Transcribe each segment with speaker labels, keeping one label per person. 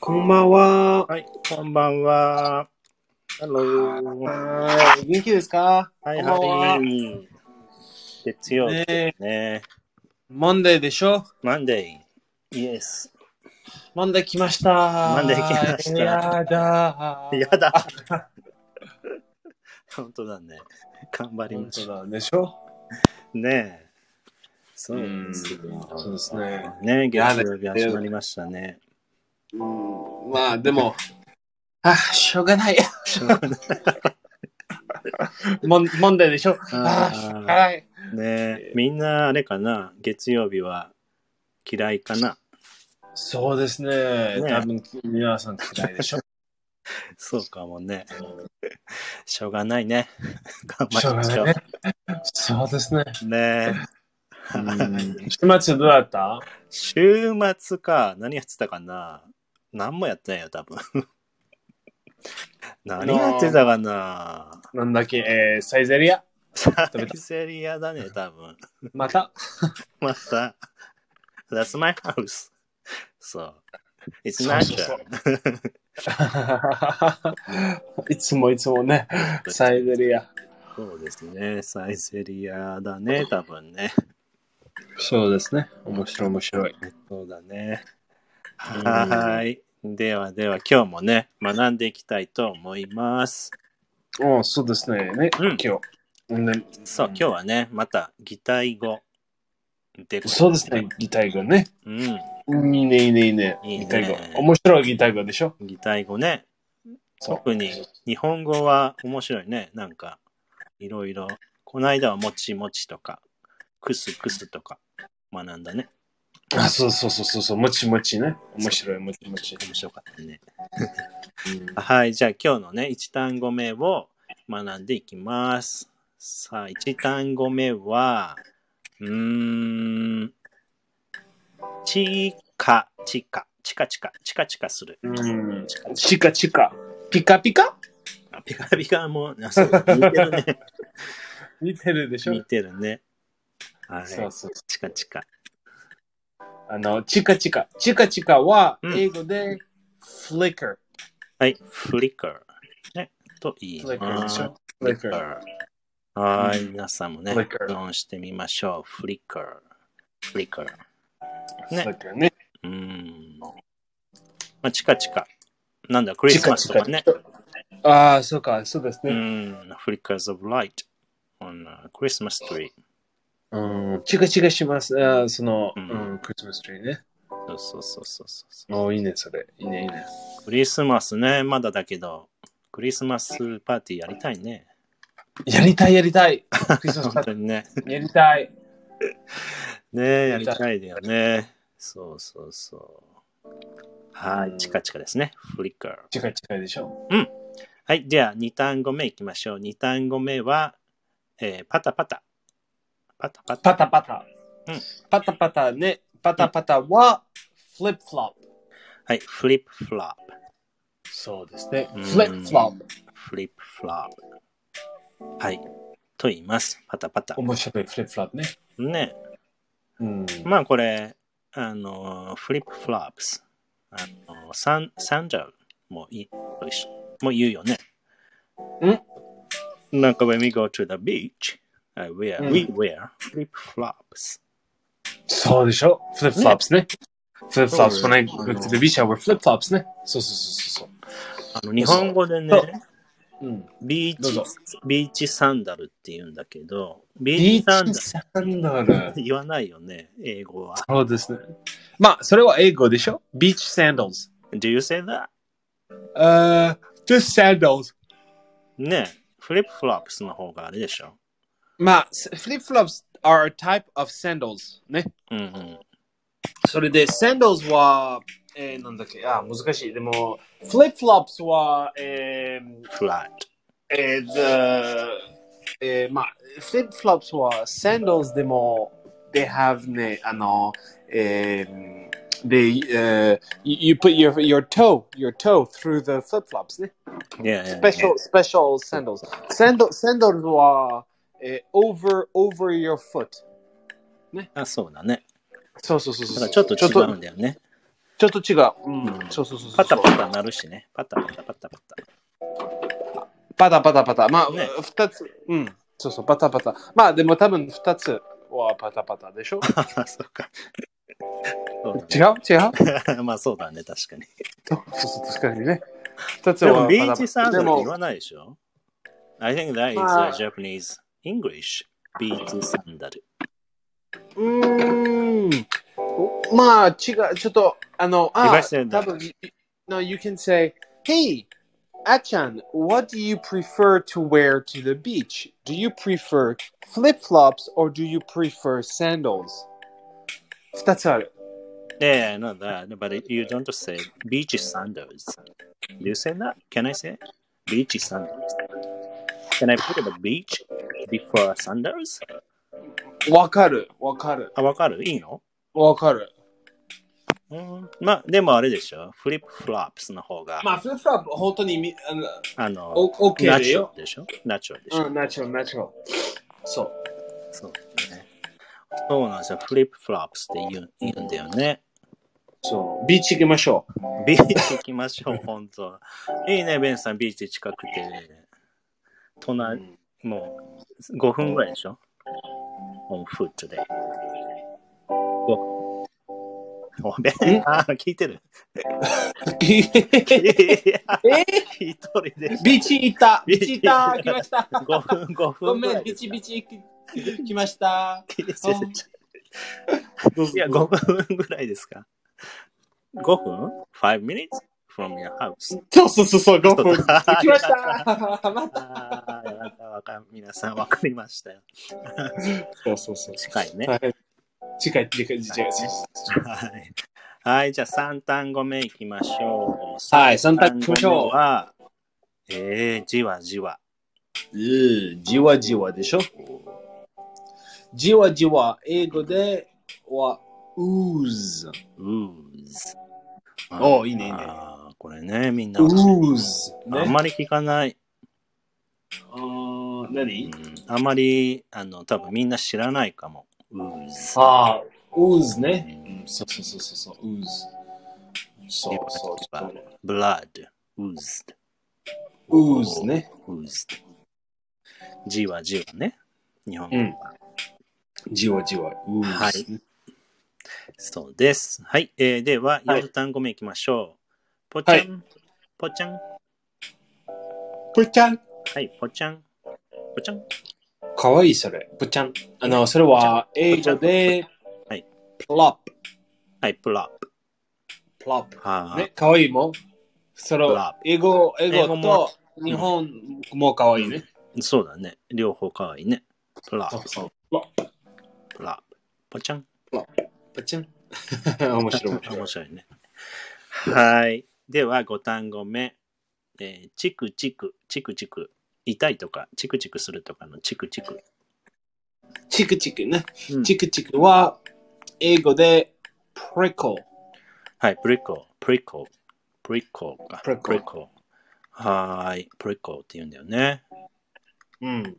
Speaker 1: こんばんは。
Speaker 2: はい、こんばんは。ハロー。
Speaker 1: はいお元気ですか
Speaker 2: は
Speaker 1: こ
Speaker 2: い
Speaker 1: んばんは
Speaker 2: はい。月曜日
Speaker 1: ね
Speaker 2: ですね。
Speaker 1: モンデーでしょ
Speaker 2: マンデー。イエス。
Speaker 1: モンデー来ました。
Speaker 2: モンデー来ました
Speaker 1: やだー。
Speaker 2: やだ。本当だね。頑張り
Speaker 1: 本
Speaker 2: まし
Speaker 1: 当
Speaker 2: ょ
Speaker 1: だ。でしょ
Speaker 2: う。ねえ。そうですよ
Speaker 1: うんそうですね。
Speaker 2: ねえ月曜日始まりましたね。
Speaker 1: うん。まあ、でも、あ、しょうがない。モンモンデーでしょあ
Speaker 2: あ
Speaker 1: ー、
Speaker 2: ー
Speaker 1: しょうがない。
Speaker 2: ねえ。みんなあれかな月曜日は嫌いかな
Speaker 1: そうですね。
Speaker 2: ね
Speaker 1: 多分、皆さん嫌いで しょ
Speaker 2: そうかもね。しょうがないね。頑
Speaker 1: しょう
Speaker 2: 張り
Speaker 1: がな
Speaker 2: まし
Speaker 1: い
Speaker 2: ょ
Speaker 1: ね。そうですね。
Speaker 2: う。ねえ。
Speaker 1: うん週末どうだった
Speaker 2: 週末か、何やってたかな何もやってない よ、多分。何やってたかな
Speaker 1: なんだっけ、えー、サイゼリア
Speaker 2: サ
Speaker 1: べ
Speaker 2: イ
Speaker 1: た
Speaker 2: ゼリアだね、多分。
Speaker 1: また
Speaker 2: また、That's my house. そう。It's
Speaker 1: そう
Speaker 2: not
Speaker 1: そうそう いつもいつもね、サイゼリア。
Speaker 2: そうですね、サイゼリアだね、多分ね。
Speaker 1: そうですね。面白い面白い。
Speaker 2: そうだね。はーい。ではでは、今日もね、学んでいきたいと思います。
Speaker 1: おうそうですね。ね、
Speaker 2: うん
Speaker 1: 今日。ね
Speaker 2: そう、今日はね、また、擬態語でございます
Speaker 1: そうですね。擬態語ね。
Speaker 2: うん。
Speaker 1: いいね、いいね、いいね。
Speaker 2: いいね
Speaker 1: 擬態語。面白い擬態語でしょ
Speaker 2: 擬態語ね。
Speaker 1: そう
Speaker 2: 特に日本語は面白いね。なんか、いろいろ。この間はもちもちとか、くすくすとか学んだね。
Speaker 1: あ、そうそうそうそうそう。もちもちね。面白い、もちもち。
Speaker 2: 面白かったね。
Speaker 1: うん
Speaker 2: はい、じゃあ今日のね、一単語目を学んでいきます。さあ、一単語目は、うーん、ちか、ちか、ちかちか、ちかちかする。
Speaker 1: うん。チカチカ。ピカピカ
Speaker 2: あピカピカも、あそうだ似てるね。
Speaker 1: 似てるでしょ
Speaker 2: 似てるね。はい。
Speaker 1: そうそう。
Speaker 2: チカチカ。
Speaker 1: あの、チカチカ。チカチカは
Speaker 2: うん
Speaker 1: 英語で flicker。
Speaker 2: はい。フリッカー。ね。と言い
Speaker 1: flicker
Speaker 2: ま。
Speaker 1: ですしょ
Speaker 2: フリッカ
Speaker 1: flicker。
Speaker 2: ー。は
Speaker 1: う
Speaker 2: い。
Speaker 1: ん
Speaker 2: 皆さんもね、
Speaker 1: flicker
Speaker 2: 発音してみましょう。フリッカー。フリッカー。ね
Speaker 1: flicker ね。
Speaker 2: うーん。まあ、チカチカ。なんだ、クリスマスとかね。
Speaker 1: ああ、そうか、そうです
Speaker 2: う
Speaker 1: ね。
Speaker 2: ん。フリッカーズ・オブ・ライト。on a Christmas tree。
Speaker 1: うん、チカチカします。あーその、
Speaker 2: う
Speaker 1: うんん、クリスマスツリーね。
Speaker 2: そうそうそうそうそ
Speaker 1: おーいいね、それ。いいね、いいね。
Speaker 2: う。クリスマスね、まだだけど、クリスマスパーティーやりたいね。
Speaker 1: やりたい、やりたい。クリスマスパ
Speaker 2: 本
Speaker 1: ーテ
Speaker 2: 当にね。
Speaker 1: ィーやりたい。
Speaker 2: ねえ、や
Speaker 1: や
Speaker 2: り
Speaker 1: り
Speaker 2: た
Speaker 1: た
Speaker 2: いだよね。そうそうそう。は
Speaker 1: う
Speaker 2: い、
Speaker 1: ん
Speaker 2: チカチカですね。フリッカー。
Speaker 1: チカチカでしょ。
Speaker 2: はい、では2単語目いきましょう。2単語目は、えーパタパタ。パタパタ。
Speaker 1: パタパタ。
Speaker 2: うん
Speaker 1: パタパタね。パタパタは、フリップフロップ。
Speaker 2: はい、フリップフロップ。
Speaker 1: そうですね。
Speaker 2: うん
Speaker 1: フリップフロップ。
Speaker 2: フリップフロップ。はい、と言います。パタパタ。
Speaker 1: 面白いフリップフロップね。
Speaker 2: ね
Speaker 1: うん。
Speaker 2: まあこれ、あのー、フリップフロップス。あのーサン、サンジャルもいい、よいしょもう言うよね。なんか when we go to the beach, I wear,、
Speaker 1: うん
Speaker 2: we wear flip flops.
Speaker 1: そうでしょフリップフロップスね。フリップフロップス。
Speaker 2: そう
Speaker 1: When I go to the beach, I wear flip flops ね。そうそうそうそう
Speaker 2: あの日本語でね
Speaker 1: そ、そう。うん。
Speaker 2: ビー
Speaker 1: どう
Speaker 2: チ
Speaker 1: ぞ、
Speaker 2: ビーチサンダルって言うんだけど、ビー
Speaker 1: ビ
Speaker 2: チサン
Speaker 1: ー
Speaker 2: ダ
Speaker 1: チサンダル。
Speaker 2: ル言わないよね、英語は。
Speaker 1: そうですね。まあ、それは英語でしょビーチサンダルズ。
Speaker 2: Do you say that?
Speaker 1: え、just Uh, sandals。
Speaker 2: ねフリップフロップスの方があれでしょ。
Speaker 1: まあ、flip flops are a type of sandals。ね。
Speaker 2: うんうん。
Speaker 1: それで、sandals は、えー、なんだっけ、あ、難しい。でも、flip flops は、えー、
Speaker 2: フラット。
Speaker 1: えー、the- えー、まあ、flip flops は sandals でも、they have ね、あの、えー、they, えー、you you put your, your toe, your toe through the flip flops ね。
Speaker 2: Yeah, yeah,
Speaker 1: special special sandals. Sandal sandals are uh, over over your foot.
Speaker 2: あ、そうだね。
Speaker 1: そうそうそう
Speaker 2: ただ
Speaker 1: そう。
Speaker 2: ちょっと違うんだよね。
Speaker 1: ちょっと違う。うん
Speaker 2: うん
Speaker 1: そうそうそうそう。
Speaker 2: パタパタなるしね。パタパタパタパタ。
Speaker 1: パタパタパタ。まあ、
Speaker 2: ね
Speaker 1: 二つ。うん。そうそう、パタパタ。まあ、でも多分二つはパタパタでしょ
Speaker 2: あそうか。そう
Speaker 1: 違う違う
Speaker 2: だね まあそうだね、確かに。
Speaker 1: そうそう、確かにね。二つ
Speaker 2: で
Speaker 1: は
Speaker 2: も、
Speaker 1: パタ
Speaker 2: ビーチサン
Speaker 1: で
Speaker 2: ドルって言
Speaker 1: も、
Speaker 2: わないでしょ ?I think that is
Speaker 1: ま
Speaker 2: a
Speaker 1: あ
Speaker 2: Japanese English ビーチサンダル。
Speaker 1: うーん。まあ、違う。ちょっと、あの、
Speaker 2: 言
Speaker 1: あ
Speaker 2: わせてん、だ
Speaker 1: 多分、no, you can say, hey, Achan, what do you prefer to wear to the beach? Do you prefer flip-flops or do you prefer sandals? 二つある。
Speaker 2: Yeah, I know that, but you don't say beach sandals. Do you say that? Can I say beach sandals? Can I put the beach before sandals?
Speaker 1: わかる。わかる。
Speaker 2: あ、わかるいいの
Speaker 1: わかる。
Speaker 2: うん、まあ、でもあれでしょフリップフロップスの方が、
Speaker 1: まあ、フルフラップ、本当にみ、あの、
Speaker 2: あの、
Speaker 1: オッケ
Speaker 2: ナ
Speaker 1: ー
Speaker 2: チュラ
Speaker 1: よ。
Speaker 2: ルでしょナチュラルでしょ、
Speaker 1: うん、ナチュラル、ナチュラル。そう。
Speaker 2: そうだね。そうなんですよ。フリップフロップスって言う言うんだよね。
Speaker 1: そう。ビーチ行きましょう。
Speaker 2: ビーチ行きま しょう、本当いいね、ベンさん、ビーチ近くて。隣、もう5分ぐらいでしょ ?on foot で。おお、ベン、あー、聞いてる。いや 一人で
Speaker 1: ビーチ行ったビーチ行った来ました
Speaker 2: 5分、5
Speaker 1: ご
Speaker 2: 分ぐ
Speaker 1: め
Speaker 2: ら
Speaker 1: ん、
Speaker 2: いで
Speaker 1: ビ
Speaker 2: す
Speaker 1: チ
Speaker 2: か。
Speaker 1: ビチ来ました。
Speaker 2: い や、5分ぐらいですか。5分 ?5 minutes from your house?
Speaker 1: そうそうそうそう、5
Speaker 2: 分
Speaker 1: 来ま したまた
Speaker 2: あーわかわか皆さんわかりましたよ。
Speaker 1: そうそうそう。
Speaker 2: 近いね。
Speaker 1: は。
Speaker 2: はい
Speaker 1: 近い、近い、近い。
Speaker 2: い。はい、じゃあ3単語目いきましょう。
Speaker 1: はい三単語いきましょう
Speaker 2: 三単語目は、えー、じわじわ。
Speaker 1: うん、じわじわでしょじわじわ、英語では、ウーズ。
Speaker 2: うーず。
Speaker 1: おーいいねいいね
Speaker 2: あーこれね、みんな。
Speaker 1: ウーズ。
Speaker 2: あんまり聞かない。
Speaker 1: あ
Speaker 2: う
Speaker 1: 何
Speaker 2: ん、あんまり、あの、多分みんな知らないかも。うーず。
Speaker 1: ああ、ウーズね。うん、そうそうそうそう、そうウーズ。そうそうそう。
Speaker 2: blood, oozed,
Speaker 1: ウーズね。
Speaker 2: oozed. じわじわね。日本語。
Speaker 1: うんじわじわ、ウーズ。
Speaker 2: はいそうです。はい。えーでは、
Speaker 1: はい
Speaker 2: 4単語目いきましょう。ぽちゃん、ぽちゃん。
Speaker 1: ぽちゃん。
Speaker 2: はい、ぽちゃん。ぽちゃん。
Speaker 1: かわいい、それ。ぽちゃん。あの、それは、英語で、
Speaker 2: はい。
Speaker 1: プロップ。
Speaker 2: はい、プラップ。
Speaker 1: プロップ。
Speaker 2: は
Speaker 1: ね、かわいいもん。それ
Speaker 2: プラッ
Speaker 1: は、英語、英
Speaker 2: 英
Speaker 1: 語
Speaker 2: 語
Speaker 1: と
Speaker 2: も
Speaker 1: 日本もかわいいね。
Speaker 2: い。そうだね。両方かわいいね。プラ
Speaker 1: そ
Speaker 2: ッ
Speaker 1: う
Speaker 2: プ、
Speaker 1: そう。プロップ。
Speaker 2: プラップ。ぽちゃん。
Speaker 1: ぽちゃん。 面白い、面白い
Speaker 2: 面。白いね。はい。では、5単語目。えーチクチク、チクチク。痛いとか、チクチクするとかのチクチク。
Speaker 1: チクチクね。
Speaker 2: うん
Speaker 1: チクチクは、英語で、プリコ。
Speaker 2: はい、プリコ、プリコ、プリコか。
Speaker 1: プリコ
Speaker 2: コ。はーい、プリコって言うんだよね。
Speaker 1: うん。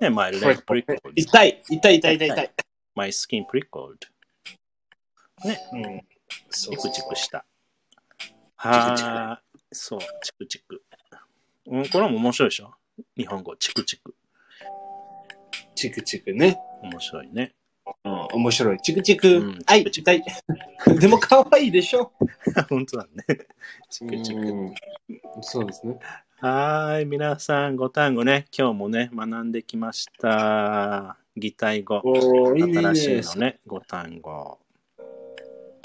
Speaker 2: ね、マイルレプリコ。
Speaker 1: 痛い、痛い、痛い、痛い、痛い。
Speaker 2: マイスキンプリコー
Speaker 1: うん。そ
Speaker 2: ド。
Speaker 1: うそ
Speaker 2: チク
Speaker 1: う
Speaker 2: チ
Speaker 1: そう
Speaker 2: クした。はーい、そう、チクチク。うん、これも面白いでしょ日本語、チクチク。
Speaker 1: チクチクね。
Speaker 2: 面白いね。
Speaker 1: うん、面白い。チクチ
Speaker 2: う
Speaker 1: ク
Speaker 2: ん。
Speaker 1: はい、
Speaker 2: チ
Speaker 1: 痛い。でも可愛いでしょ。
Speaker 2: 本当だね。チクチク。
Speaker 1: そうですね。
Speaker 2: はーい、皆さん、ご単語ね、今日もね、学んできました。擬態語。
Speaker 1: おーいいね。
Speaker 2: 新しいのね、ご単語。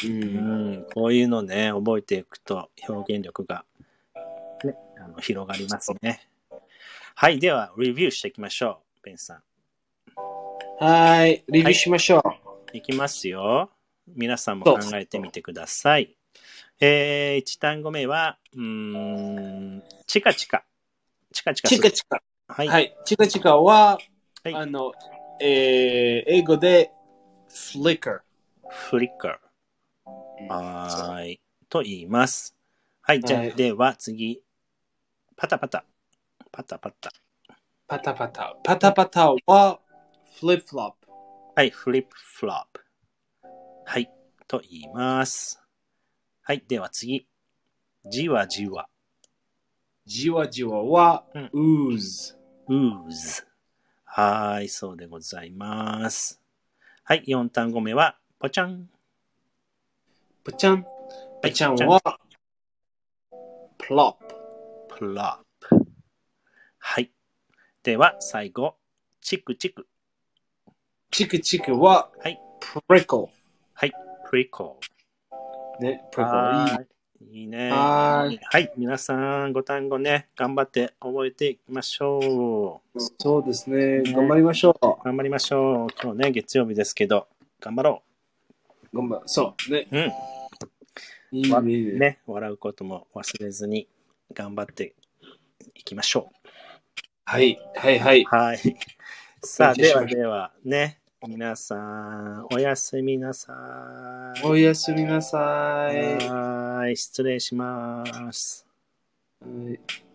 Speaker 2: う
Speaker 1: うん
Speaker 2: ん、こういうのね、覚えていくと表現力が、ね、あの広がりますね。はい、では、レビューしていきましょう、ベンさ
Speaker 1: はい、レビューしましょう。
Speaker 2: ん。いきますよ。皆さんも考えてみてください。えー、1単語目は、うーん、チカチカ。チカチカす
Speaker 1: チ
Speaker 2: る。
Speaker 1: カチカ。
Speaker 2: はい、
Speaker 1: はい、チカチカは、
Speaker 2: はい
Speaker 1: あの、えー、英語で、flicker。
Speaker 2: フリッカー。
Speaker 1: そう
Speaker 2: はーい。と言います。はい、じゃあ、
Speaker 1: はい
Speaker 2: では次。パタパタ。パタパタ。
Speaker 1: パタパタ。パタパタは、flip flop。
Speaker 2: はい、フリップフロップ。はい、と言います。はい、では次。じわじわ。
Speaker 1: じわじわは
Speaker 2: うん
Speaker 1: ooze。
Speaker 2: うーず。はーい、そうでございます。はい、4単語目は、ぽちゃん。
Speaker 1: ぽちゃん。ぽちゃん
Speaker 2: ぽちゃん
Speaker 1: は plop。
Speaker 2: プラップ。はい。では、最後。チクチク。
Speaker 1: チクチクは
Speaker 2: はい、
Speaker 1: prickle。
Speaker 2: はい、プリコ
Speaker 1: ね、
Speaker 2: ー。
Speaker 1: prickle。いい
Speaker 2: いいいね。
Speaker 1: はーい
Speaker 2: はい、皆さん、5単語ね、頑張って覚えていきましょう。
Speaker 1: そうですね。
Speaker 2: ね
Speaker 1: 頑張りましょう。
Speaker 2: 頑張りましょう。今日ね、月曜日ですけど、頑張ろ
Speaker 1: 頑張そう。ね。
Speaker 2: う。うん。
Speaker 1: いいねいいね。
Speaker 2: ね、笑うことも忘れずに頑張っていきましょ。。
Speaker 1: はい。はいはいう
Speaker 2: はい。さあ、
Speaker 1: 勉強
Speaker 2: で
Speaker 1: し
Speaker 2: は
Speaker 1: ましょう
Speaker 2: ではね、皆さん、おやすみなさい。
Speaker 1: おやすみなさい。
Speaker 2: はい、失礼します。
Speaker 1: はい